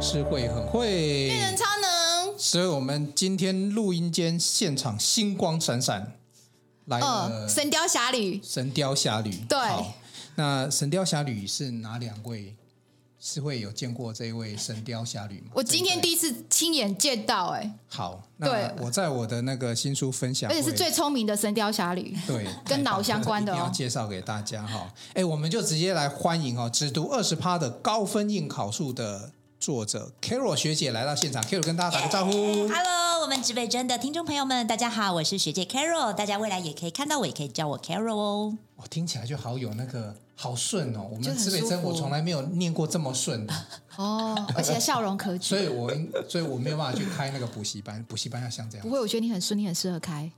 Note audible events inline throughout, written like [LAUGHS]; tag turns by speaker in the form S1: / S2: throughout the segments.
S1: 是会很会
S2: 变成超能，
S1: 所以我们今天录音间现场星光闪闪，来了
S2: 呃，《
S1: 《
S2: 神雕侠侣》
S1: 神雕侠侣》。
S2: 对
S1: 好，那《神雕侠侣》是哪两位？是会有见过这一位《神雕侠侣》吗？
S2: 我今天
S1: 这一位
S2: 第一次亲眼见到、哎，
S1: 好，
S2: 对
S1: 那我在我的那个新书分享
S2: 而
S1: 会，
S2: 且是最聪明的《神雕侠侣》。
S1: 对
S2: 跟脑相关的哦
S1: 一定要介绍给大家哈。哎，我们就直接来欢迎哦，只读二十趴的高分应考数的作者 Carol 学姐来到现场，Carol 跟大家打个招呼。
S3: Hello，我们指北针的听众朋友们，大家好，我是学姐 Carol，大家未来也可以看到我，也可以叫我 Carol 哦。
S1: 哦，听起来就好有那个好顺哦。我
S2: 就
S1: 们
S2: 很
S1: 指北
S2: 舒
S1: 针
S2: 服
S1: 我从来没有念过这么顺
S2: [LAUGHS]
S1: 的，
S2: 哦，而且笑容可
S1: 所
S2: 掬。
S1: 以我所以我没有办法去开那个补习班，补习班要像这样
S2: 不。会，我觉得你很顺，你很适合
S1: [LAUGHS]
S2: 开。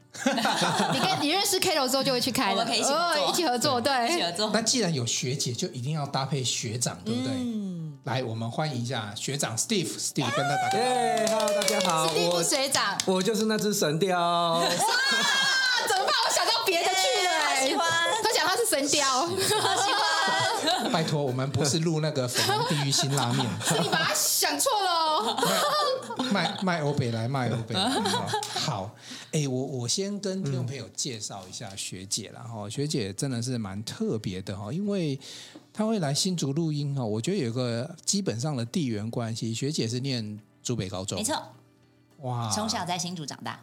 S2: 你跟你认识 k a r o 之后就会去开了，
S3: 我们可以一起合
S2: 哦
S3: 作
S2: 一起合作，对，
S3: 作
S1: 那既然有学姐，就一定要搭配学长，对不对？
S3: 嗯，
S1: 来，我们欢迎一下学长 Steve，Steve 跟他打个。
S2: [LAUGHS]
S4: 耶，Hello，大家好，
S2: 第一部
S4: 我
S2: 水长。
S3: 啊
S4: 我就是那只神雕，
S2: 啊，怎么办？我想到别的去了、哎
S3: 喜欢，
S2: 他想他是神雕，
S3: 好喜欢，
S1: 拜托，我们不是录那个粉红地狱辛拉面，
S2: 是你把他想错了哦。
S1: 卖卖欧北来卖欧北
S3: [LAUGHS]
S1: 来。好，哎、我我先跟听众朋友介绍一下学姐啦哈、学姐真的是蛮特别的哈，因为她会来新竹录音哈，我觉得有个基本上的地缘关系，学姐是念竹北高中，
S3: 没，错，
S1: 哇，
S3: 从小在新竹长大，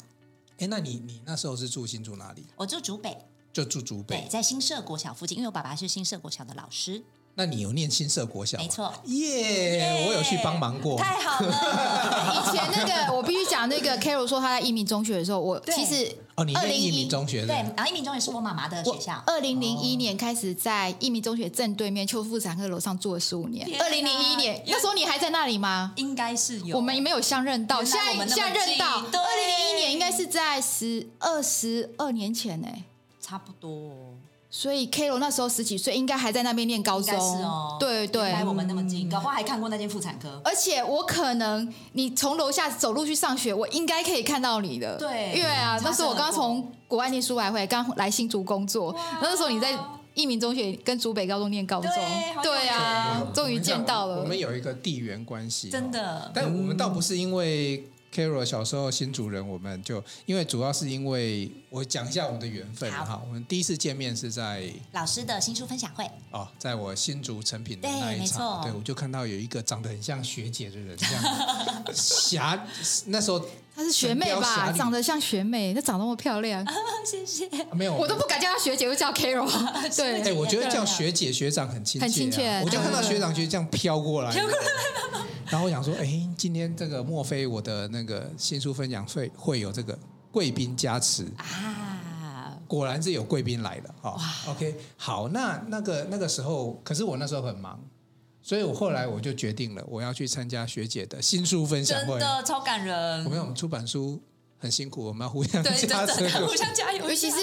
S1: 哎、那你你那时候是住新竹哪里？
S3: 我住竹北，
S1: 就住竹
S3: 对，
S1: 北，
S3: 在新社国小附近，因为我爸爸是新社国小的老师，
S1: 那你有念新社国小吗？
S3: 没错
S1: 耶、
S3: 耶
S1: 我有去帮忙过。
S3: 太好
S2: [LAUGHS]
S3: 了，
S2: 以前那个，我必须讲那个 Carol 说他在一民中学的时候，我
S3: 对
S2: 其实
S1: 哦，你
S2: 二零
S1: 念一
S2: 一
S1: 民中学
S3: 对，
S1: 的，
S3: 然后一鸣中也是我妈妈的学校，
S2: 二零零一年开始在一民中学正对面邱副产科楼上住了十五年。
S3: 天哪
S2: 二零零一年
S3: 原
S2: 那时候你还在那里吗？
S3: 应该是有
S2: 我们没有相认到，
S3: 原
S2: 现
S3: 来
S2: 在
S3: 我们那
S2: 现
S3: 么
S2: 在认到。
S3: 近对
S2: 二零零一年应该是在十二十二年前呢、
S3: 差不多，
S2: 所以 Carol 那时候十几岁，应该还在那边念高
S3: 应
S2: 中。
S3: 该是哦，
S2: 对对嗯
S3: 原来。我们那么近，搞不好还看过那间妇产科，
S2: 而且我可能你从楼下走路去上学，我应该可以看到你的。
S3: 对
S2: 因为啊
S3: 嗯，
S2: 那时候我刚
S3: 差很多
S2: 从国外念书来回来，刚来新竹工作，那时候你在益民中学跟竹北高中念高中
S3: 对好，
S2: 对啊
S3: 有，
S2: 终于见到了
S1: 我们。有一个地缘关系，哦
S3: 真的
S1: 但我们倒不是因为 Carol 小时候新主人，我们就因为主要是因为我讲一下我们的缘分
S3: 好
S1: 哈。我们第一次见面是在
S3: 老师的新书分
S2: [LAUGHS]
S3: 享会，
S1: 哦，在我新竹成品的
S3: 对
S1: 那一场，
S3: 没错
S1: 对我就看到有一个长得很像学姐的人，这样侠那时候
S2: 她是学妹
S1: 神雕侠
S2: 吧？
S1: 侣
S2: 长得像学妹，她长那么漂亮，
S3: 谢谢。
S1: 没有
S2: 我都不敢叫她学姐，就叫 Carol。啊
S3: [LAUGHS]
S1: 哎、
S2: 对，
S1: 我觉得叫学姐学长很亲切、啊，
S2: 很亲切
S1: 我就看到
S2: 对
S1: 学长就这样飘过来，飘过来。然后我想说，哎、今天这个莫非我的那个新书分享会会有这个贵宾加持，
S3: 啊，
S1: 果然是有贵宾来了哈。OK，好，那那个那个时候，可是我那时候很忙，所以我后来我就决定了，我要去参加学姐的新书分享
S3: 真
S1: 会。
S3: 的超感人
S1: 我，们我们出版书很辛苦，我们要互相
S3: 对，真
S1: 加持。
S3: 的互相加油，
S2: 尤其是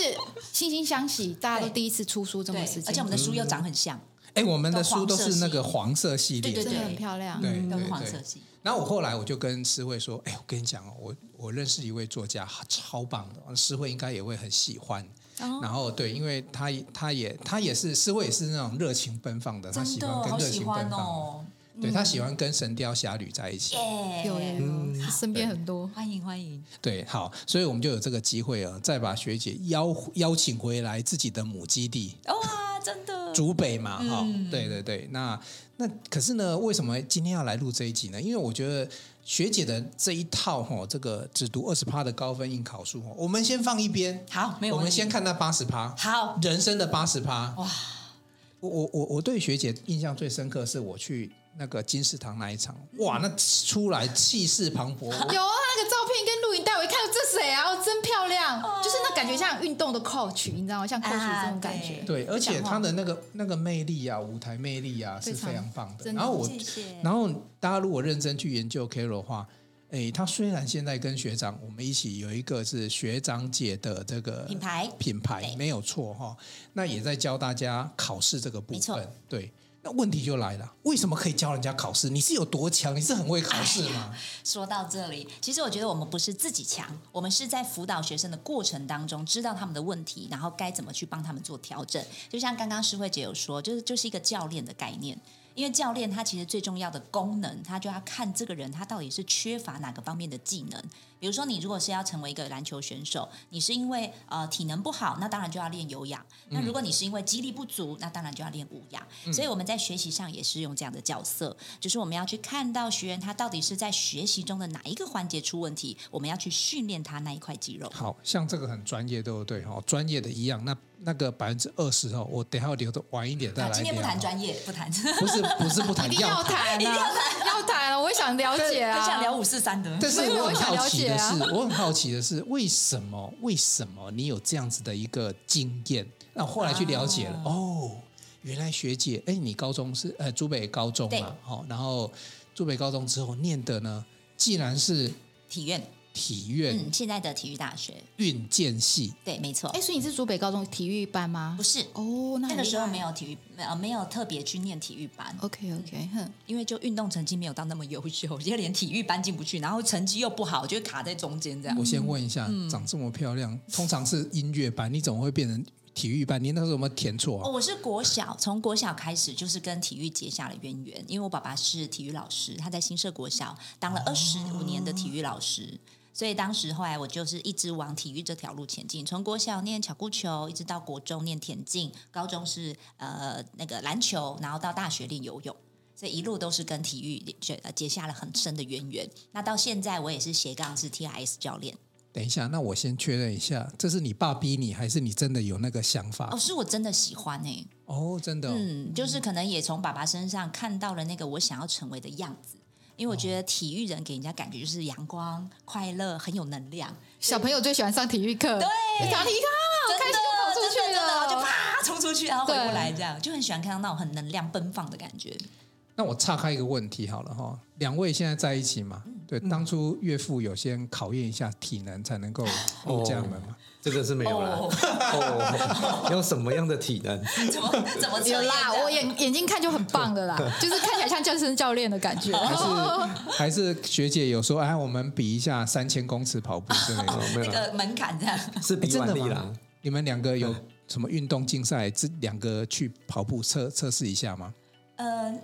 S2: 惺惺相惜，大家都
S3: 对
S2: 第一次出书这
S3: 对
S2: 么时，
S3: 而
S2: 间
S3: 且我，们的书又长很像，
S1: [LAUGHS] 哎、我们的书都
S3: 都黄色
S1: 是
S3: 系
S1: 那个黄色系列的，
S3: 对
S2: 真的很漂亮。
S1: 对
S3: 都
S1: 对
S3: 是啊黄
S1: 对
S3: 色系。
S1: 然后我后来我就跟诗慧说：“哎，我跟你讲哦，我我认识一位作家，超棒的，诗慧应该也会很喜欢。
S3: 哦
S1: 然后对，因为他他也他也是诗慧也是那种热情奔放的，他
S3: 真
S1: 喜
S3: 的
S1: 欢跟
S3: 好
S1: 热
S3: 喜
S1: 情奔放
S3: 欢
S1: 的，
S3: 哦，
S1: 对他喜欢跟《神雕侠侣》在一起。
S3: 耶，
S2: 有有
S1: 嗯
S2: 有，身边很多。
S3: 欢迎欢迎，
S1: 对，好，所以我们就有这个机会啊，再把学姐邀邀请回来自己的母基地
S3: 哇，真的，
S1: 竹北嘛，哈、
S3: 嗯
S1: 对对对，那那可是呢，为什么今天要来录这一集呢？因为我觉得学姐的这一套哈，这个只读二十趴的高分应考数，哦我们先放一边，
S3: 好，没有
S1: 我
S3: 问
S1: 们
S3: 题
S1: 先看那八十趴，
S3: 好，
S1: 人生的八十趴，哇！我我我我对学姐印象最深刻是我去那个金石堂那一场，
S2: 嗯
S1: 哇，那出来气势磅
S2: [LAUGHS]
S1: 礴，我
S2: 有啊，那个照片跟录影带，我一看这谁啊，哦，真漂亮，就是那感觉像运动的 coach，你知道吗？像 coach
S3: 啊
S2: 这种感觉。
S1: 对，而且
S2: 讲话
S1: 她的那个那个魅力啊，舞台魅力啊是
S2: 非常
S1: 非常棒的。
S2: 真的
S1: 然后我，
S3: 谢谢
S1: 然后大家如果认真去研究 Carol 的话，诶，她虽然现在跟学长我们一起有一个是学长姐的这个
S3: 品牌
S1: 品牌
S3: 对
S1: 没有错哈、那也在教大家考试这个部
S3: 没错
S1: 分。对，那问题就来了，为什么可以教人家考试？你是有多强？你是很会考试
S3: [LAUGHS]
S1: 吗？
S3: 说到这里，其实我觉得我们不是自己强，我们是在辅导学生的过程当中，知道他们的问题，然后该怎么去帮他们做调整。就像刚刚诗慧姐有说，就是就是一个教练的概念。因为教练他其实最重要的功能，他就要看这个人他到底是缺乏哪个方面的技能。比如说，你如果是要成为一个篮球选手，你是因为呃体能不好，那当然就要练有氧；
S2: 嗯
S3: 那如果你是因为肌力不足，那当然就要练无氧。所以我们在学习上也是用这样的角色，就是我们要去看到学员他到底是在学习中的哪一个环节出问题，我们要去训练他那一块肌肉。
S1: 好像这个很专业，对不对？哦，专业的一样。那那个百分之二十哦，我等一下留着晚一点再
S2: 啊
S3: 好，
S1: 来
S3: 啊今
S1: 聊。
S3: 天不谈专业，不谈， [LAUGHS]
S1: 不是不是不
S2: 一
S1: 谈
S2: 定要谈
S3: 一定要
S2: 啊， [LAUGHS] 要谈啊！我也想了解啊，
S3: [LAUGHS] 很想聊五四三的。
S1: [LAUGHS] 但是
S2: 所以
S1: 我
S2: 我
S1: 很
S2: 想
S1: 好
S2: 了
S1: 奇
S2: 解
S1: 的
S2: 啊
S1: 是，我很好奇的是，为什么为什么你有这样子的一个经验？那后来去了解了，哦，原来学姐，哎，你高中是呃，珠北高中
S3: 对
S1: 嘛，哦，然后珠北高中之后念的呢，既然是
S3: 体院，
S1: 体院、
S3: 嗯，现在的体育大学，
S1: 运健系，
S3: 对，没错。
S2: 哎，所以你是竹北高中体育班吗
S3: 不？是，
S2: 哦，那
S3: 那
S2: 很
S3: 个
S2: 厉
S3: 时候
S2: 害
S3: 没有体育，呃，没有特别去念体育班，
S2: OK OK，哼，
S3: 因为就运动成绩没有到那么优秀， [LAUGHS] 就连体育班进不去，然后成绩又不好，就会卡在中间这样
S1: 我。先问一下，长这么漂亮，通常是音乐班，你怎么会变成体育班？你那时候有没有填错、
S3: 哦，
S1: 啊？
S3: 我是国小，从国小开始就是跟体育结下了渊源，因为我爸爸是体育老师，他在新社国小当了二十五年的体育老师，所以当时后来我就是一直往体育这条路前进，从国小念巧固球，一直到国中念田径，高中是呃那个篮球，然后到大学练游泳。所以一路都是跟体育结呃结下了很深的渊源。那到现在我也是斜杠是 TRS 教练
S1: 等一下，那我先确认一下，这是你爸逼你，还是你真的有那个想法
S3: 哦，？是我真的喜欢哎、
S1: 哦，真的哦、
S3: 嗯，就是可能也从爸爸身上看到了那个我想要成为的样子，因为我觉得体育人给人家感觉就是阳光、快乐、很有能量，
S2: 小朋友最喜欢上体育课，对，上体育课好开心，就跑出
S3: 真
S2: 去啊
S3: 的真的然后就
S2: 了。
S3: 啪冲出去，然后回不
S2: 对
S3: 来，这样就很喜欢看到那种很能量奔放的感觉。
S1: 那我岔开一个问题好了哈，两位现在在一起
S4: 嗯
S1: 嘛？对，当初岳父有先考验一下体能才能够
S4: 哦
S1: 入家门嘛？
S4: 这个是没有啦。
S3: 哦
S4: 哦，要什么样的体能？
S3: 怎么怎么
S2: 有
S3: 测验
S2: 啦，
S3: 这样
S2: 我眼眼睛看就很棒的啦，就是看起来像健身教练的感
S3: [LAUGHS]
S2: 觉。
S3: 哦
S4: 哦
S1: 还是学姐有说，哎，我们比一下三千公尺跑步之类的？
S4: 哦，没有
S3: 那
S4: 啦，
S3: 个门槛这样。
S4: 是
S1: 哎
S4: 比
S1: 真
S4: 完
S1: 的
S4: 力啦嗯
S1: 吗。？你们两个有什么运动竞赛？这两个去跑步测测试一下
S4: [LAUGHS]
S1: 吗？
S3: 呃，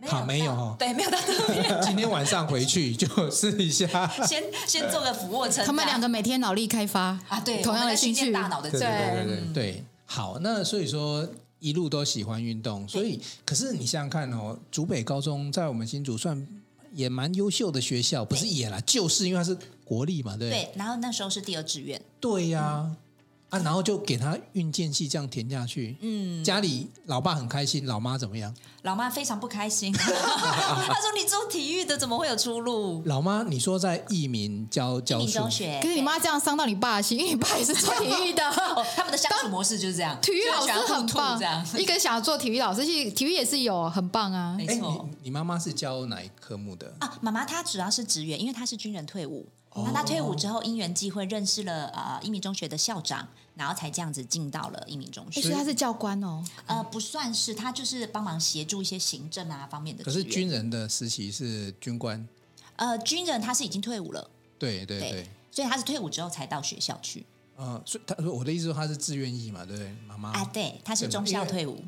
S3: 没
S1: 好没有
S3: 到
S1: 哦
S3: 对，没有到这边，
S1: 今天晚上回去就试一下。 [LAUGHS]
S3: 先先做个俯卧撑这样。
S2: 他们两个每天脑力开发
S3: 啊，对，
S2: 同样
S3: 我们
S2: 的
S3: 在训
S2: 兴
S3: 练
S2: 趣，
S3: 大脑的
S4: 对
S3: 这
S4: 对
S3: 样
S4: 对对对，
S1: 对，好，那所以说一路都喜欢运动，所以可是你想想看哦，竹北高中在我们新竹算也蛮优秀的学校，不是也啦，就是因为它是国立嘛，对不对
S3: 对，然后那时候是第二志愿，
S1: 对呀、啊。然后就给他运健系这样填下去，嗯，家里老爸很开心，老妈怎么样？
S3: 老妈非常不
S1: [LAUGHS]
S3: 开心，她说：“你做体育的怎么会有出路
S1: 老妈，你说在益民教？”
S3: 一
S1: 教
S3: 鸣
S1: 书
S3: 中，学，
S2: 可是你妈这样伤到你爸的心，因为你爸也是做体育
S3: [LAUGHS]
S2: 的。
S3: 哦，他们的相处模式就是这样，
S2: 体育老师很棒
S3: 就喜欢互吐这样，，
S2: 一个想要做体育老师，其实体育也是有很棒啊。
S3: 没
S1: 哎，
S3: 错
S1: 你你妈妈是教哪一科目的？
S3: 啊。妈妈她主要是职员，因为她是军人退伍，那她退伍之后因缘际会认识了呃一鸣中学的校长，然后才这样子进到了一鸣中
S2: 诶
S3: 学。
S2: 哎所以他是教官哦，
S3: 呃，不算是，她就是帮忙协助一些行政啊方面的
S1: 可
S3: 职
S1: 是
S3: 员。
S1: 军人的实习是军官，
S3: 呃军人他是已经退伍了，
S1: 对对
S3: 对，
S1: 对，
S3: 所以他是退伍之后才到学校去
S1: 呃，所以他我的意思说他是自愿意嘛，对不对？妈妈
S3: 啊。对，他是
S1: 对
S3: 中
S1: 因
S3: 校
S1: 为
S3: 退伍，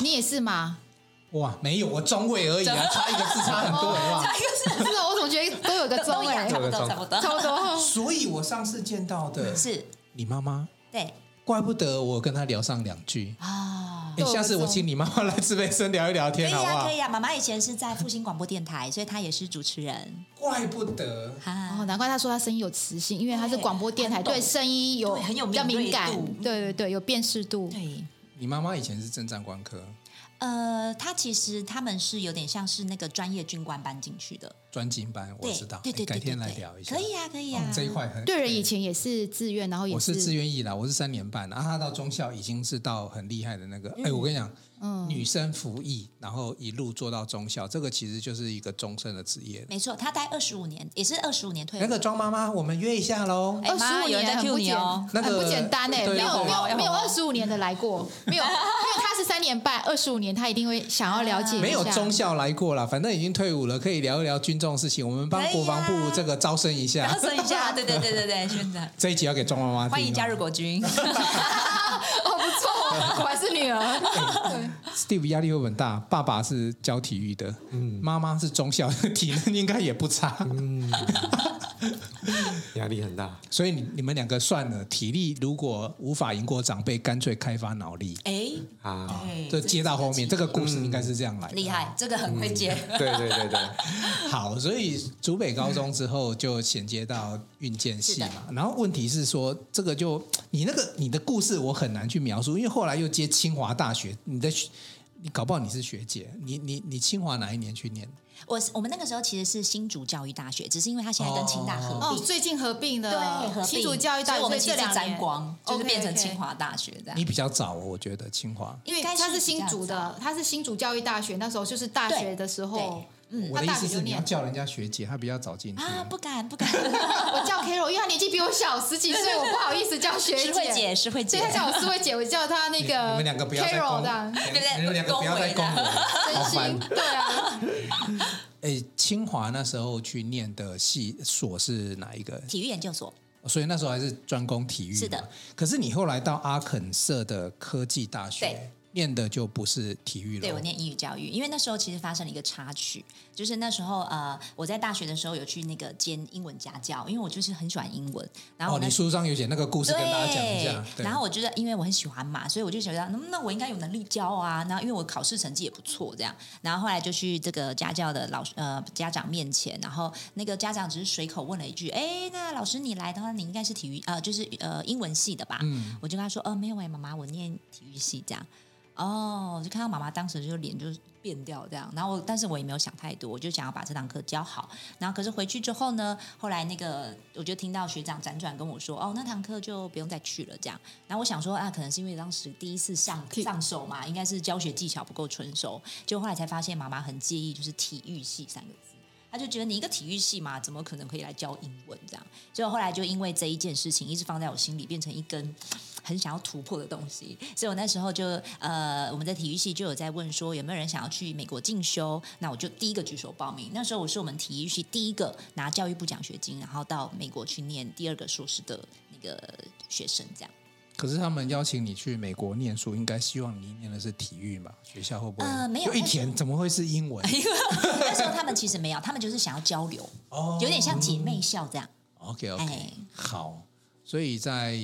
S2: 你也是吗？ [LAUGHS]
S1: 哇，没有，我中位而已啊，差一个字差很多，好
S3: [LAUGHS]
S1: 不好？
S2: 是啊，我怎么觉得都有个
S3: 都
S2: 中
S3: 一样，
S2: 哎 [LAUGHS]
S3: 差，不多，
S4: 对
S3: 差不多，
S2: 差
S3: [LAUGHS]
S2: 不多。
S1: 所以我上次见到的
S3: 是，
S1: 你妈妈，
S3: 对
S1: 怪不得我跟她聊上两句。
S3: 啊。
S1: 哎，下次我请你妈妈来自备生聊一聊
S3: 可
S1: 天，
S3: 以
S1: 好不
S3: 啊，
S1: 好
S3: 可？以啊。妈妈以前是在复兴广播电台，所以她也是主持人。
S1: 怪不得，
S3: 啊
S2: 哦，难怪他说他声音有磁性，因为他是广播电台，
S3: 对
S2: 对声音有
S3: 对很有
S2: 比较敏
S3: 敏锐
S2: 感
S3: 度，
S2: 对对对，有辨识度。
S3: 对，
S1: 你妈妈以前是正战官科
S3: 呃，他其实他们是有点像是那个专业军官班进去的，
S1: 专精班，我
S3: 对
S1: 知道。
S3: 对对
S1: 哎
S3: 对，
S1: 改天
S3: 对
S1: 来
S3: 对
S1: 聊一下。
S3: 可以啊，可以啊
S1: 哦，，这一块很
S2: 对人以。前也是自愿，然后也
S1: 我是自
S2: 是
S1: 愿意啦，我是三年半，然后他到中校已经是到很厉害的那个。
S3: 嗯
S1: 哎、我跟你讲，女生服役，然后一路做到中校，这个其实就是一个终身的职业了。
S3: 没错，他待二十五年，也是二十五年退
S1: 那
S3: 伍。
S1: 个庄妈妈，我们约一下喽。
S3: 哎妈
S2: 25
S3: 有人在
S2: 年很
S3: cue
S2: 不
S3: 你
S1: [LAUGHS]
S2: 简
S3: 哦，
S1: 那个
S2: 很不简单哎，
S1: 对啊
S2: 没有没
S3: 要红
S2: 有没有
S3: 要
S2: 二
S3: 红
S2: 十五年的来过，没有没有，他是三年半，二十五年他一定会想要了解一下
S1: 没有中校来过啦，反正已经退伍了，可以聊一聊军众事情。我们帮
S3: 可以啊
S1: 国防部这个招生一下，
S3: 要升一下，对对对对对，
S1: [LAUGHS]
S3: 宣传，
S1: 这一集要给庄妈妈听哦 [LAUGHS]
S3: 欢迎加入国
S2: [LAUGHS]
S3: 军。
S2: 哦，不错，果然是女儿。对
S1: Steve 压力会很大，爸爸是教体育的，妈妈是中校，体能应该也不差，
S4: 压力很大。
S1: 所以你你们两个算了，体力如果无法赢过长辈，干脆开发脑力。
S3: 哎，
S4: 啊，
S3: 对
S1: 这接到后面，这个故事应该是这样来的。
S3: 厉害，这个很会接。
S1: 嗯
S4: 对对对对，
S1: 好，所以竹北高中之后就衔接到运建系嘛，然后问题是说这个就你那个你的故事我很难去描述，因为后来又接清华大学，你的学你搞不好你是学姐，你你你清华哪一年去念？
S3: 我我们那个时候其实是新竹教育大学，只是因为它现在跟清大合
S2: 哦，
S3: 并，
S2: 最近合并的
S3: 对，合并
S2: 新竹教育大
S3: 所以
S2: 学，
S3: 我们
S2: 所
S3: 其
S2: 以这
S3: 实
S2: 两
S3: 沾
S2: 年
S3: 光，就是
S2: OK，
S3: 变成
S2: OK
S3: 清华大学
S2: 啊
S3: 这样。
S1: 你比较早哦，我觉得清华。
S2: 因为
S3: 应该是
S2: 他是
S3: 比
S2: 新
S3: 较
S2: 竹的，他是新竹教育大学，那时候就是大
S3: 对
S2: 学的时候
S3: 对，
S2: 嗯
S1: 我
S2: 他
S1: 的意
S2: 大
S1: 思
S2: 学
S1: 是
S2: 就
S1: 你要
S2: 念。
S1: 叫人家学姐，她比较早进去。
S3: 啊，不敢 [LAUGHS] 不敢，
S2: [LAUGHS] 我叫 Carol，因为他年纪比我小十几岁，我不好意思叫学 [LAUGHS]
S3: 是会姐
S2: 姐，
S3: 是会
S2: 所
S3: 姐
S2: 以他，叫我思慧姐，我叫她那
S1: 你
S2: 个
S1: 你们两个不要再
S2: Carol
S1: 攻
S2: 这样，
S1: 你们两个不要再攻我，好
S2: 真
S1: 烦
S2: 心。对啊，
S1: 哎，清华那时候去念的系所是哪一个？
S3: 体育研究所
S1: 所以那时候还是专攻体育。
S3: 是的。
S1: 可是你后来到阿肯色的科技大学
S3: 对，
S1: 念的就不是体育了。
S3: 对我念英语教育，因为那时候其实发生了一个插曲，就是那时候呃，我在大学的时候有去那个兼英文家教，因为我就是很喜欢英文，然
S1: 哦
S3: 后我，那
S1: 你
S3: 时候。
S1: 书上有写那个故事，跟大家讲一下。对
S3: 然后我觉得，因为我很喜欢嘛，所以我就觉得，嗯那我应该有能力教啊。然后因为我考试成绩也不错，这样。然后后来就去这个家教的老师呃家长面前，然后那个家长只是随口问了一句：“哎，那老师你来的话，你应该是体育呃，就是呃英文系的吧？”
S1: 嗯
S3: 我就跟他说：“呃，没有哎、妈妈，我念体育系这样。”哦，我就看到妈妈当时就脸就变掉这样，然后我但是我也没有想太多，我就想要把这堂课教好。然后可是回去之后呢，后来那个我就听到学长辗转跟我说，哦，那堂课就不用再去了这样。然后我想说啊，可能是因为当时第一次上上手嘛，应该是教学技巧不够纯熟。就后来才发现妈妈很介意就是体育系三个字。她就觉得你一个体育系嘛，怎么可能可以来教英文这样？所以后来就因为这一件事情，一直放在我心里，变成一根很想要突破的东西，所以我那时候就呃，我们的体育系就有在问说有没有人想要去美国进修，那我就第一个举手报名。那时候我是我们体育系第一个拿教育部奖学金，然后到美国去念第二个硕士的那个学生，这样。 [LAUGHS]
S1: 可是他们邀请你去美国念书，应该希望你念的是体育嘛？学校会不会？
S3: 呃没有
S1: 就一填怎么会是英文？
S3: 那时候他们其实没有，他们就是想要交流，
S1: 哦
S3: [LAUGHS] 有点像姐妹校这样。
S1: OK OK，
S3: 哎
S1: 好。所以在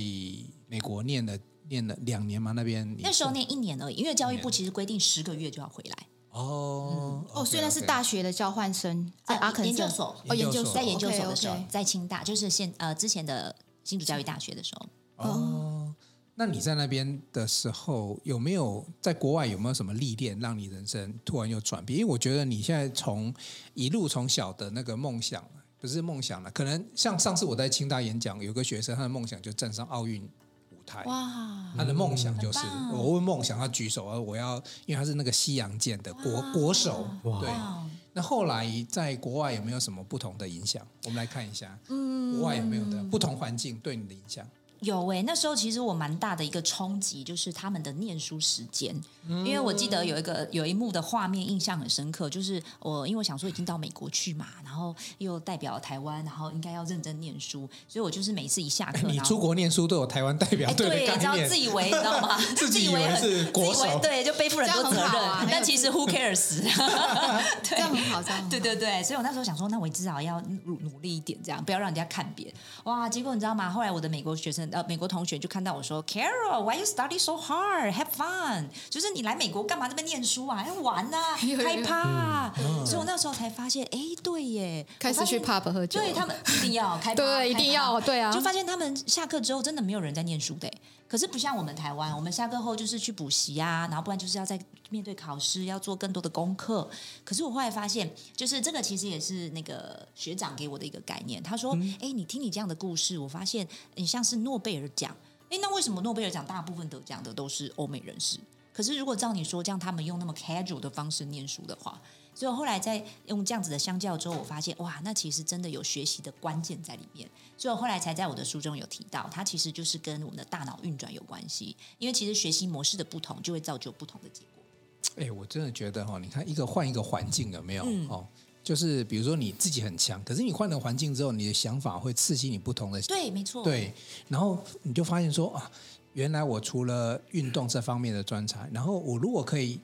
S1: 美国念了念了两年嘛，那边你
S3: 那时候念一年而已，因为教育部
S2: 嗯
S3: 其实规定十个月就要回来。
S1: 哦
S3: 嗯
S2: 哦，所以那是
S1: OK，OK
S2: 大学的交换生，在阿肯色
S3: 啊研究所
S2: 哦，研究所
S3: 在研究所的时候
S2: OK，OK
S3: 在清大，就是现呃之前的新竹教育大学的时候，
S1: 哦，那你在那边的时候有没有在国外有没有什么历练，让你人生突然又转变？因为我觉得你现在从一路从小的那个梦想，不是梦想了，可能像上次我在清大演讲，有个学生他的梦想就站上奥运舞台，
S2: 哇，
S1: 他的梦想就是
S3: 很棒
S1: 我问梦想，他举手啊，我要，因为他是那个西洋剑的国国手，
S4: 哇
S1: 对。
S3: 哦
S1: 那后来在国外有没有什么不同的影响？我们来看一下，嗯，国外有没有的不同环境对你的影响？
S3: 有诶、那时候其实我蛮大的一个冲击，就是他们的念书时间，因为我记得有一个有一幕的画面印象很深刻，就是我因为我想说已经到美国去嘛，然后又代表台湾，然后应该要认真念书，所以我就是每次一下课，
S1: 哎你
S3: 然
S1: 出
S3: 后。
S1: 国念书都有台湾代表
S3: 哎，
S1: 队
S3: 对，
S1: 的
S3: 你
S1: 概
S3: 知道
S1: 念，
S3: 自以为，你知道吗？
S1: [LAUGHS] 自己以为
S3: 为很
S1: 是国
S3: 自以为
S1: 手
S3: 对，就背负了很多
S2: 这
S3: 责
S2: 样很好啊
S3: 任。
S2: 很有
S3: 但其实 who cares？
S2: [LAUGHS] 这样很好，这样很好
S3: 对对对，所以我那时候想说，那我至少要努努力一点，这样不要让人家看扁。哇，结果你知道吗？后来我的美国学生呃，美国同学就看到我说，Carol，why you study so hard？Have fun！就是你来美国干嘛这边念书啊？要玩
S2: [LAUGHS]
S3: 啊，害怕啊、所以我那时候才发现，哎，对耶，
S2: 开始去
S3: 我发现
S2: pub 喝酒
S3: 对他们一定要
S2: [LAUGHS]
S3: 开趴，
S2: 对
S3: 开趴
S2: 一定要对啊
S3: 就发现他们下课之后真的没有人在念书的耶。可是不像我们台湾，我们下课后就是去补习啊，然后不然就是要在面对考试，要做更多的功课。可是我后来发现，就是这个其实也是那个学长给我的一个概念。他说：“
S2: 嗯
S3: 哎、你听你这样的故事，我发现你像是诺贝尔奖。哎，那为什么诺贝尔奖大部分得奖的都是欧美人士？可是如果照你说，这样他们用那么 casual 的方式念书的话，所以我后来在用这样子的相较之后，我发现哇，那其实真的有学习的关键在里面。所以我后来才在我的书中有提到，它其实就是跟我们的大脑运转有关系，因为其实学习模式的不同，就会造就不同的结果。
S1: 哎、我真的觉得哈、哦，你看一个换一个环境有没有？
S3: 嗯
S1: 哦，就是比如说你自己很强，可是你换了环境之后，你的想法会刺激你不同的
S3: 对，没
S2: 哦
S3: 错，
S1: 对，然后你就发现说啊，原来我除了运动这方面的专长，然后我如果可以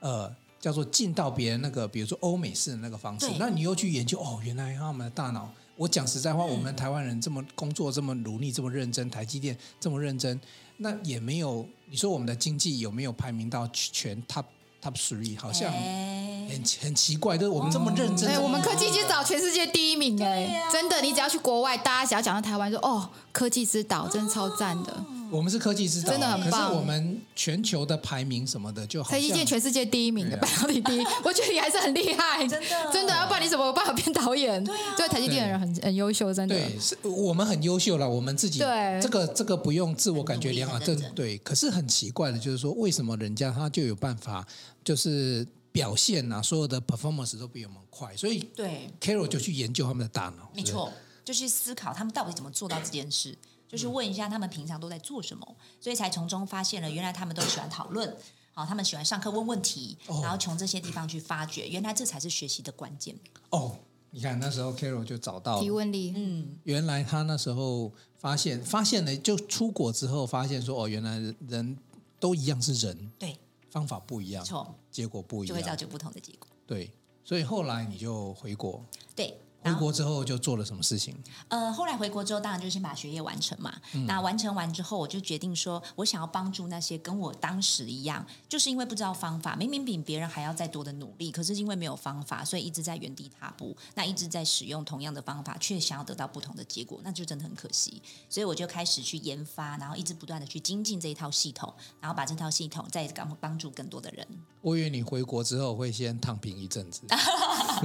S1: 呃。叫做进到别人那个，比如说欧美式的那个方式
S3: 对，
S1: 那你又去研究哦，原来他们的大脑。我讲实在话，我们台湾人这么工作这么努力，这么认真，台积电这么认真，那也没有你说我们的经济有没有排名到全 top top three？好像
S3: 哎
S1: 很很奇怪，就是我们这么认真，
S2: 对，
S1: 这么
S2: 我们科技之岛全世界第一名哎、
S3: 对啊
S2: 真的，你只要去国外，大家只要讲到台湾，说哦，科技之岛真的超赞
S3: 哦
S2: 的，
S1: 我们是科技之岛，
S2: 真的很
S1: 可
S2: 棒
S1: 是我们全球的排名什么的，就好
S2: 台
S1: 像
S2: 积电全世界第一名的
S1: 对啊
S2: 半导体第一， [LAUGHS] 我觉得你还是很厉害，
S3: [LAUGHS] 真的
S2: 真的，要不然你怎么有办法变导演？对啊，台积电的人很很优秀，真的。
S1: 对，是我们很优秀了，我们自己
S2: 对
S1: 这个这个不用自我感觉良好，
S3: 很努
S1: 这
S3: 力很认真
S1: 对。可是很奇怪的就是说，为什么人家他就有办法，就是表现啊，所有的 performance 都比我们快，所以
S3: 对，
S1: Carol 就去研究他们的大脑，
S3: 没
S1: 是不是。嗯
S3: 错，就去思考他们到底怎么做到这件事，就去问一下他们平常都在做什么，所以才从中发现了原来他们都喜欢讨论。好，他们喜欢上课问问题，
S1: 哦
S3: 然后从这些地方去发掘，原来这才是学习的关键。
S1: 哦，你看那时候 Carol 就找到了
S2: 提问力，
S3: 嗯，
S1: 原来他那时候发现，发现了就出国之后发现说，哦，原来人都一样是人，
S3: 对，
S1: 方法不一样
S3: 没，错，
S1: 结果不一
S3: 就会造
S1: 样，
S3: 就不同的结果。
S1: 对。所以后来你就回国，
S3: 对，
S1: 回
S3: 然后
S1: 国之后就做了什么事情？
S3: 呃，后来回国之后，当然就先把学业完成嘛。那完成完之后，我就决定说，我想要帮助那些跟我当时一样，就是因为不知道方法，明明比别人还要再多的努力，可是因为没有方法，所以一直在原地踏步。那一直在使用同样的方法，却想要得到不同的结果，那就真的很可惜。所以我就开始去研发，然后一直不断的去精进这一套系统，然后把这套系统再帮帮助更多的人。
S1: 我以为你回国之后会先躺平一阵子，
S3: [LAUGHS] 啊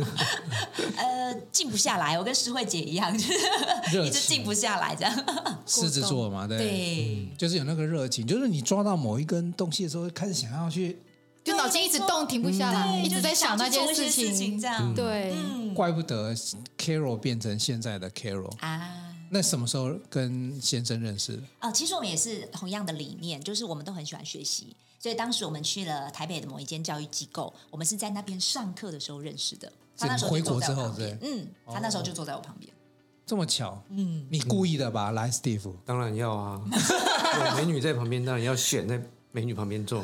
S3: 呃，静不下来，我跟诗慧姐一样，就是
S1: 热
S3: 一直静
S1: 情
S3: 不下来，这样。
S1: [LAUGHS] 狮子座嘛，对，
S3: [LAUGHS] 对
S1: 就是有那个热情，就是你抓到某一根东西的时候，开始想要去，
S2: 就脑筋一直
S1: 嗯
S2: 动，停不下来，
S3: 对
S2: 一直在想那件
S3: 嗯就是去做一些事情，
S2: 情。
S3: 这样。
S2: 对，
S3: 嗯
S1: 怪不得 Carol 变成现在的 Carol。
S3: 啊。
S1: 那什么时候跟先生认识的？
S3: 哦，其实我们也是同样的理念，就是我们都很喜欢学习，所以当时我们去了台北的某一间教育机构，我们是在那边上课的时候认识的。他那时候就坐在我旁
S1: 是你回
S3: 边
S1: 国之后
S3: 嗯，他那时候就坐在我旁边。
S1: 这么巧，嗯，你故意的吧？来，Steve，
S4: 当然要啊，有美女在旁边，当然要选在美女旁边坐。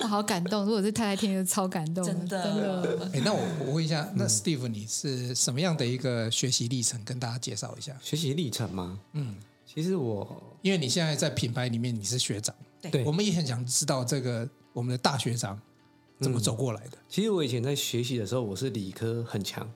S2: 我好感动。如果是太太听，就超感动，
S3: 真的
S2: 真
S1: [LAUGHS]
S3: 嗯
S2: 的。
S1: 哎，那我我问一下，那 Steve 你是什么样的一个学习历程？跟大家介绍一下，
S4: 学习历程嘛，嗯，其实我
S1: 因为你现在在品牌里面你是学长，
S4: 对
S1: 我们也很想知道这个我们的大学长怎么走过来的，
S4: 其实我以前在学习的时候，我是理科很强，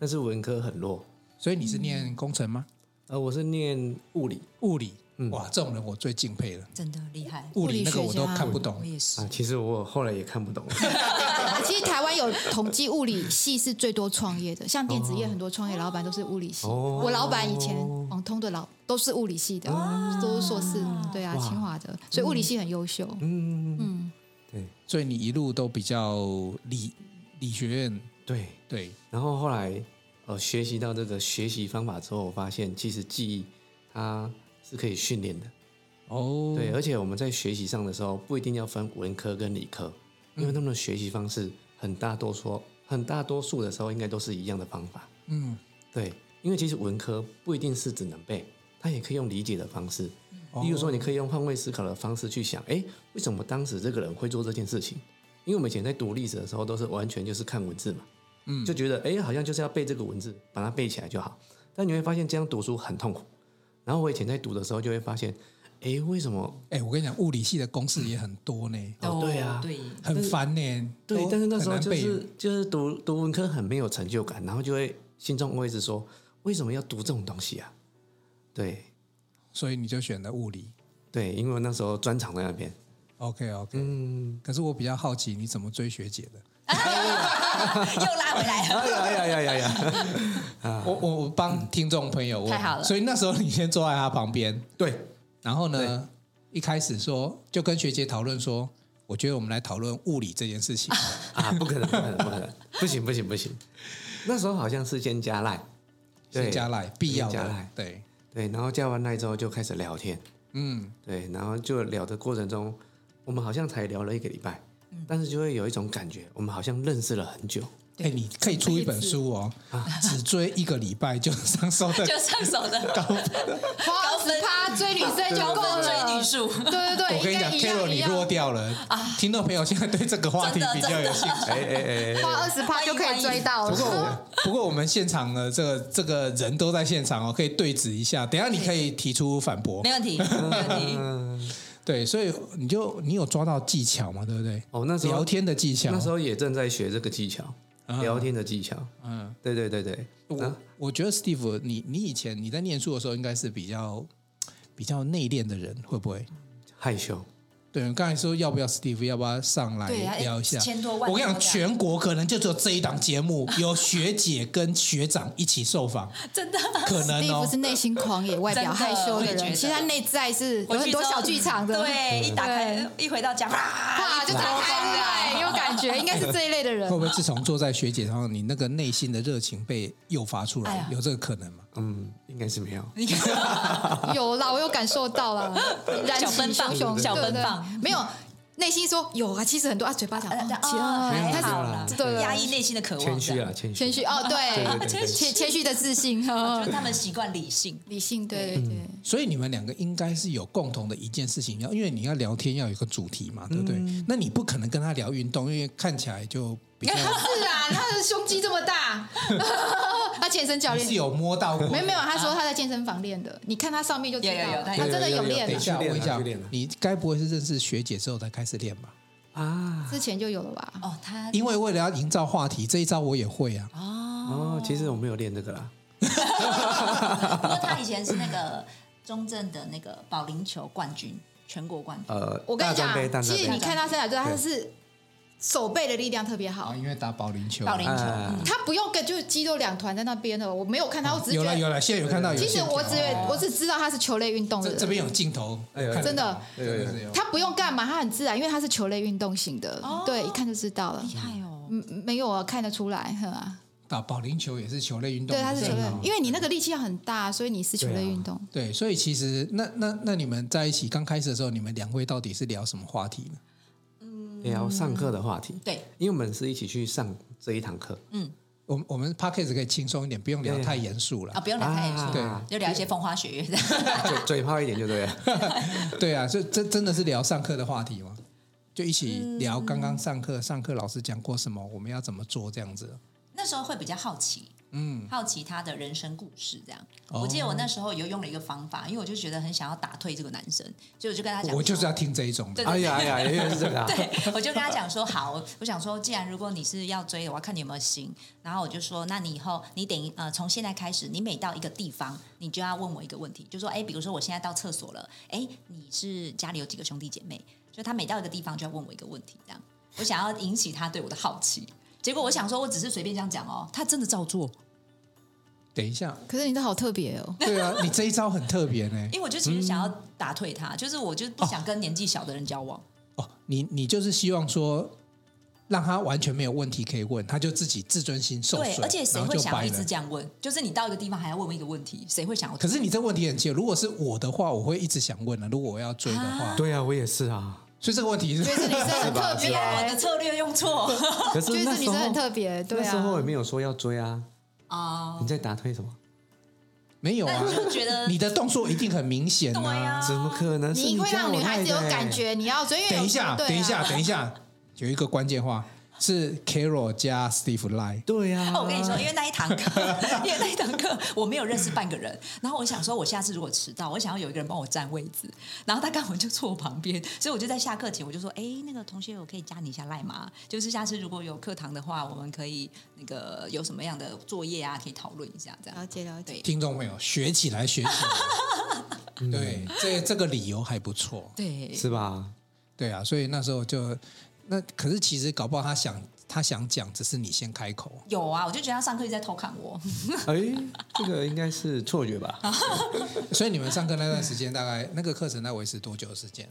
S4: 但是文科很弱。
S1: 所以你是念工程吗？
S4: 呃，我是念物理
S1: 物理，嗯哇，这种人我最敬佩了。
S3: 真的厉害，
S4: 哦
S1: 物理那个我都
S2: 物理学家
S1: 看不
S3: 我
S1: 懂，
S3: 也是
S4: 啊，。其实我后来也看不懂了。
S2: 其实台湾有统计物理系是最多创业的，像电子
S1: 哦
S2: 业很多创业老板都是物理系。
S4: 哦
S2: 我老板以前网通的老都是物理系的，都是硕士，对啊，清华的，所以物理系很优秀。
S4: 嗯，
S2: 嗯，
S4: 对
S1: 所以你一路都比较理理学院，
S4: 对。
S1: 对，
S4: 然后后来呃，学习到这个学习方法之后，我发现其实记忆它是可以训练的。
S1: 哦，
S4: 对，而且我们在学习上的时候，不一定要分文科跟理科，因为他们的学习方式很大多说，很大多数的时候应该都是一样的方法。
S1: 嗯，
S4: 对，因为其实文科不一定是只能背，它也可以用理解的方式。
S1: 哦
S4: 例如说，你可以用换位思考的方式去想，哎，为什么当时这个人会做这件事情？因为我们以前在读历史的时候，都是完全就是看文字嘛，嗯，就觉得哎，诶好像就是要背这个文字，把它背起来就好。但你会发现这样读书很痛苦。然后我以前在读的时候就会发现，哎，为什么
S1: 哎，我跟你讲，物理系的公式也很多呢，
S4: 哦对啊
S3: 对，
S1: 很烦呢。
S4: 对，
S1: 都
S4: 但是那时候
S1: 很难
S4: 就
S1: 背啊
S4: 是就是读读文科很没有成就感，然后就会心中会一直说，为什么要读这种东西啊？对
S1: 所以你就选了物理。
S4: 对，因为我那时候专长在那边，
S1: OK OK，
S4: 嗯，
S1: 可是我比较好奇你怎么追学姐的。
S3: 啊又拉回来了。
S4: 哎呀呀呀呀呀，
S1: 我我我
S4: 嗯
S1: 帮听众朋友问，
S3: 太好了
S1: 所以那时候你先坐在他旁边，
S4: [LAUGHS] 对，
S1: 然后呢，一开始说就跟学姐讨论说，我觉得我们来讨论物理这件事
S3: [LAUGHS]
S1: 情。
S4: 啊，不可能，不可能，不可能，不行，不行，不行。那时候好像是先加赖，
S1: 先
S4: 对
S1: 加赖，必要
S4: 先加
S1: 的
S4: 赖，
S1: 对，
S4: 对，然后加完赖之后就开始聊天，
S1: 嗯，
S4: 对，然后就聊的过程中，我们好像才聊了一个礼拜，但是就会有一种感觉，我们好像认识了很久，
S1: 哎，你可以出一本书哦，
S4: 啊
S1: 只追一个礼拜就上手的
S3: 就上手的
S1: 高
S3: [LAUGHS]
S1: 分。
S2: 花二十趴追女生就
S3: 高
S2: 够
S3: 分
S2: 了，
S3: 追女数，
S2: 对对对，
S1: 我跟你讲
S2: 应该一
S1: ，Carol
S2: 样一
S1: 你
S2: 样
S1: 弱掉了听众朋友现在对这个话题
S3: 啊真的
S1: 比较有兴趣。
S4: 哎哎哎，
S2: 花二十趴就可以追到
S1: 不过
S2: 了。
S1: 我不过我们现场呢，这个这个人都在现场哦，可以对质一下。等一下你可以提出反驳
S3: 没。问题，没问题。
S4: 嗯
S1: 对，所以你就你有抓到技巧嘛，对不对？
S4: 哦那时候
S1: 聊天的技巧，
S4: 那时候也正在学这个技巧，聊天的技巧。
S1: 嗯，
S4: 对对对对，
S1: 我我觉得 Steve，你你以前你在念书的时候应该是比较比较内敛的人，会不会？
S4: 害羞。
S1: 对，刚才说要不要 Steve，要不要上来
S3: 对啊哎
S1: 聊一下？
S3: 千多万
S1: 我跟你
S3: 多
S1: 讲，
S3: 这样
S1: 全国可能就只有这一档节目有学姐跟学长一起受
S3: [LAUGHS]
S1: 访，
S3: 真的，
S1: 可能
S2: 第一
S1: 哦
S2: 不是。内心狂野、外表
S3: 真的
S2: 害羞
S3: 我
S2: 的
S3: 也觉
S2: 人，
S3: 得
S2: 其实他内在是有很多小剧场的，
S3: 对，一打开一回到家，
S2: 哇，
S3: 啪
S2: 就打开对，有感觉，应该是这一类的人
S1: 会。不会自从坐在学姐上，你那个内心的热情被诱发出来？
S3: 哎呀
S1: 有这个可能吗？
S4: 嗯，应该是没有。
S3: 你看，
S2: [LAUGHS] 有啦，我有感受到
S3: [LAUGHS]
S2: 啦，燃
S3: 小
S2: 起
S3: 奔放
S2: 熊熊，
S3: 小
S2: 对
S3: 奔
S2: 对
S3: 放
S2: 没有内心说有啊，其实很多啊，嘴巴讲
S3: 啊
S2: 啊，其
S3: 啊
S2: 实
S3: 还
S2: 他
S3: 好
S2: 是
S3: 啦
S2: 对对，对
S3: 压抑内心的渴望，
S4: 谦虚
S3: 这样
S4: 啊，谦虚。
S2: 谦虚
S3: [LAUGHS]
S2: 哦，
S4: 对
S2: 对，
S4: 对对
S2: [LAUGHS] 谦谦虚的自信，呵
S3: 啊就是他嗯们习惯理性。
S2: 理性，对对对。
S1: 所以你们两个应该是有共同的一件事情，要因为你要聊天要有一个主题嘛，对不对？
S2: 嗯
S1: 那你不可能跟他聊运动，因为看起来就
S2: [LAUGHS]
S1: 比较
S2: 是啊，他的胸肌这么大， [LAUGHS] 他健身教
S1: 你
S2: 练
S1: 是有摸到过。
S2: 没有没有，他说他在健身房练的，你看他上面就知道
S3: 有有有
S2: 了，
S3: 他
S2: 他真的有练
S1: 等一
S2: 了，
S1: 下，
S4: 去练啊
S1: 我
S4: 去
S1: 想
S4: 练啊
S1: 你该不会是认识学姐之后才开始练吧？
S4: 啊。
S2: 之前就有了吧？
S3: 哦，
S2: 嗯
S3: 他
S1: 因为为了要营造话题，这一招我也会啊。
S4: 哦，其实我没有练这个啦。
S3: 不过他以前是那个中正的那个保龄球冠军，全国冠军。
S4: 呃，
S2: 我跟你
S4: 大专杯
S2: 讲，
S4: 大专
S2: 其
S4: 杯
S2: 实你看他身材，就知道他
S4: 对
S2: 是手背的力量特别好
S1: 啊，，因为打保龄球，
S3: 保龄球，
S4: 哎
S3: 嗯
S2: 他不用跟就是肌肉两团在那边的，我没有看他，我只是
S1: 哦有
S2: 觉
S1: 了有
S2: 得，
S1: 了，现在有看到有
S2: 其
S1: 线
S2: 实
S1: 条。
S2: 我只我只知道他是球类运动的
S1: 这这
S2: 人，
S1: 边有镜头，
S4: 哎呦
S1: 看得
S2: 真的
S1: 到
S4: 哎呦哎呦
S1: 真的有
S2: 他不用干嘛，他很自然，因为他是球类运动型的，对，一看就知道了。
S3: 厉害哦！
S2: 嗯，没有啊，看得出来，呵啊，
S1: 打保龄球也是球类运动，
S2: 对，他是球类
S1: 对，
S2: 因为你那个力气要很大，所以你是球
S4: 对
S2: 类
S4: 啊
S2: 运动。
S1: 对，所以其实那那那你们在一起刚开始的时候，你们两位到底是聊什么话题呢？
S4: 聊上课的话题。
S3: 对，
S4: 因为我们是一起去上这一堂课
S2: 嗯
S1: 我我们 p a c k a g e 可以轻松一点，不用聊
S4: 对啊
S1: 太严肃了
S3: 啊，。不用聊太严
S4: 啊
S3: 肃，
S1: 对
S3: 就聊一些风花雪月的。
S4: 嘴嘴炮一点就对
S2: [LAUGHS]
S4: 了。
S1: 对啊，所以这真的是聊上课的话题吗？就一起
S3: 嗯
S1: 聊刚刚上课，上课老师讲过什么，我们要怎么做这样子。
S3: [LAUGHS] 那时候会比较好奇，嗯，好奇他的人生故事这样。
S1: 哦
S3: 我记得我那时候有用了一个方法，因为我就觉得很想要打退这个男生，所以我就跟他讲，
S1: 我就是要听这一种的
S3: 对。
S4: 哎呀哎呀，原来是这个啊。
S3: [LAUGHS] 对，我就跟他讲说，好， [LAUGHS] 我我想说，既然如果你是要追的，我要看你有没有心。然后我就说，那你以后你等于呃，从现在开始，你每到一个地方，你就要问我一个问题，就说，哎，比如说我现在到厕所了，哎，你是家里有几个兄弟姐妹？就他每到一个地方就要问我一个问题，这样，我想要引起他对我的好奇。结果我想说，我只是随便这样讲哦，他真的照做，
S1: 等一下，
S2: 可是你这好特别哦，
S1: 对啊，你这一招很特别呢。
S3: 因为我就其实想要打退他，就是我就不想跟年纪小的人交往。
S1: 哦，你你就是希望说，让他完全没有问题可以问，他就自己自尊心受
S3: 对，
S1: 损，
S3: 而且谁
S1: 然后
S3: 会
S1: 就
S3: 想要
S1: 掰
S3: 一直
S1: 了。
S3: 这样问？就是你到一个地方还要问问一个问题，谁会想要？
S1: 可是你这问题很奇怪，如果是我的话，我会一直想问啊。如果我要追的话，
S3: 啊
S4: [LAUGHS] 对啊，我也是
S2: [LAUGHS]
S4: 啊。
S1: 所以这个问题 [LAUGHS] 是
S2: 觉得这女生很特别，
S3: 我啊的策略用错
S4: 可
S2: 觉
S4: 是
S2: 得
S4: 那
S2: 这女
S4: 时
S2: 生很
S4: 候
S2: 特别，对
S4: 那时候
S2: 啊
S4: 也。没有说要追啊。
S3: 啊！
S4: 你在打退什么？
S1: [LAUGHS] 没有
S3: 但
S1: 啊
S2: [LAUGHS]
S3: 我，就觉得
S1: 你的动作一定很明显
S3: 对
S1: 啊。
S3: 呀，
S4: 怎么可能是
S2: 你会
S4: 这样
S2: 让
S4: 我
S2: 女孩子有
S4: 害的欸
S2: 感？觉，你要追，因为有
S1: 等一下，
S2: 对啊
S1: 等一下，等一下，有一个关键话是 Carol 加 Steve Lie。
S4: 对啊呀、
S3: 哦，我跟你说，因为那一堂课，因为那一堂课我没有认识半个人，然后我想说，我下次如果迟到，我想要有一个人帮我占位置，然后他刚好就坐我旁边，所以我就在下课前我就说，哎，那个同学，我可以加你一下赖吗？就是下次如果有课堂的话，我们可以那个有什么样的作业啊，可以讨论一下这样。
S2: 了解了解。
S3: 对
S1: 听众朋友，学起来，学起来。
S2: [LAUGHS]
S1: 对，这这个理由还不错。
S3: 对，
S4: 是吧？
S1: 对啊，所以那时候就那，可是其实搞不好他想他想讲，只是你先开口。
S3: 有啊，我就觉得他上课一直在偷看我，
S4: 哎，这个应该是错觉吧？
S2: 啊
S1: 所以你们上课那段时间，大概那个课程在维持多久的时间？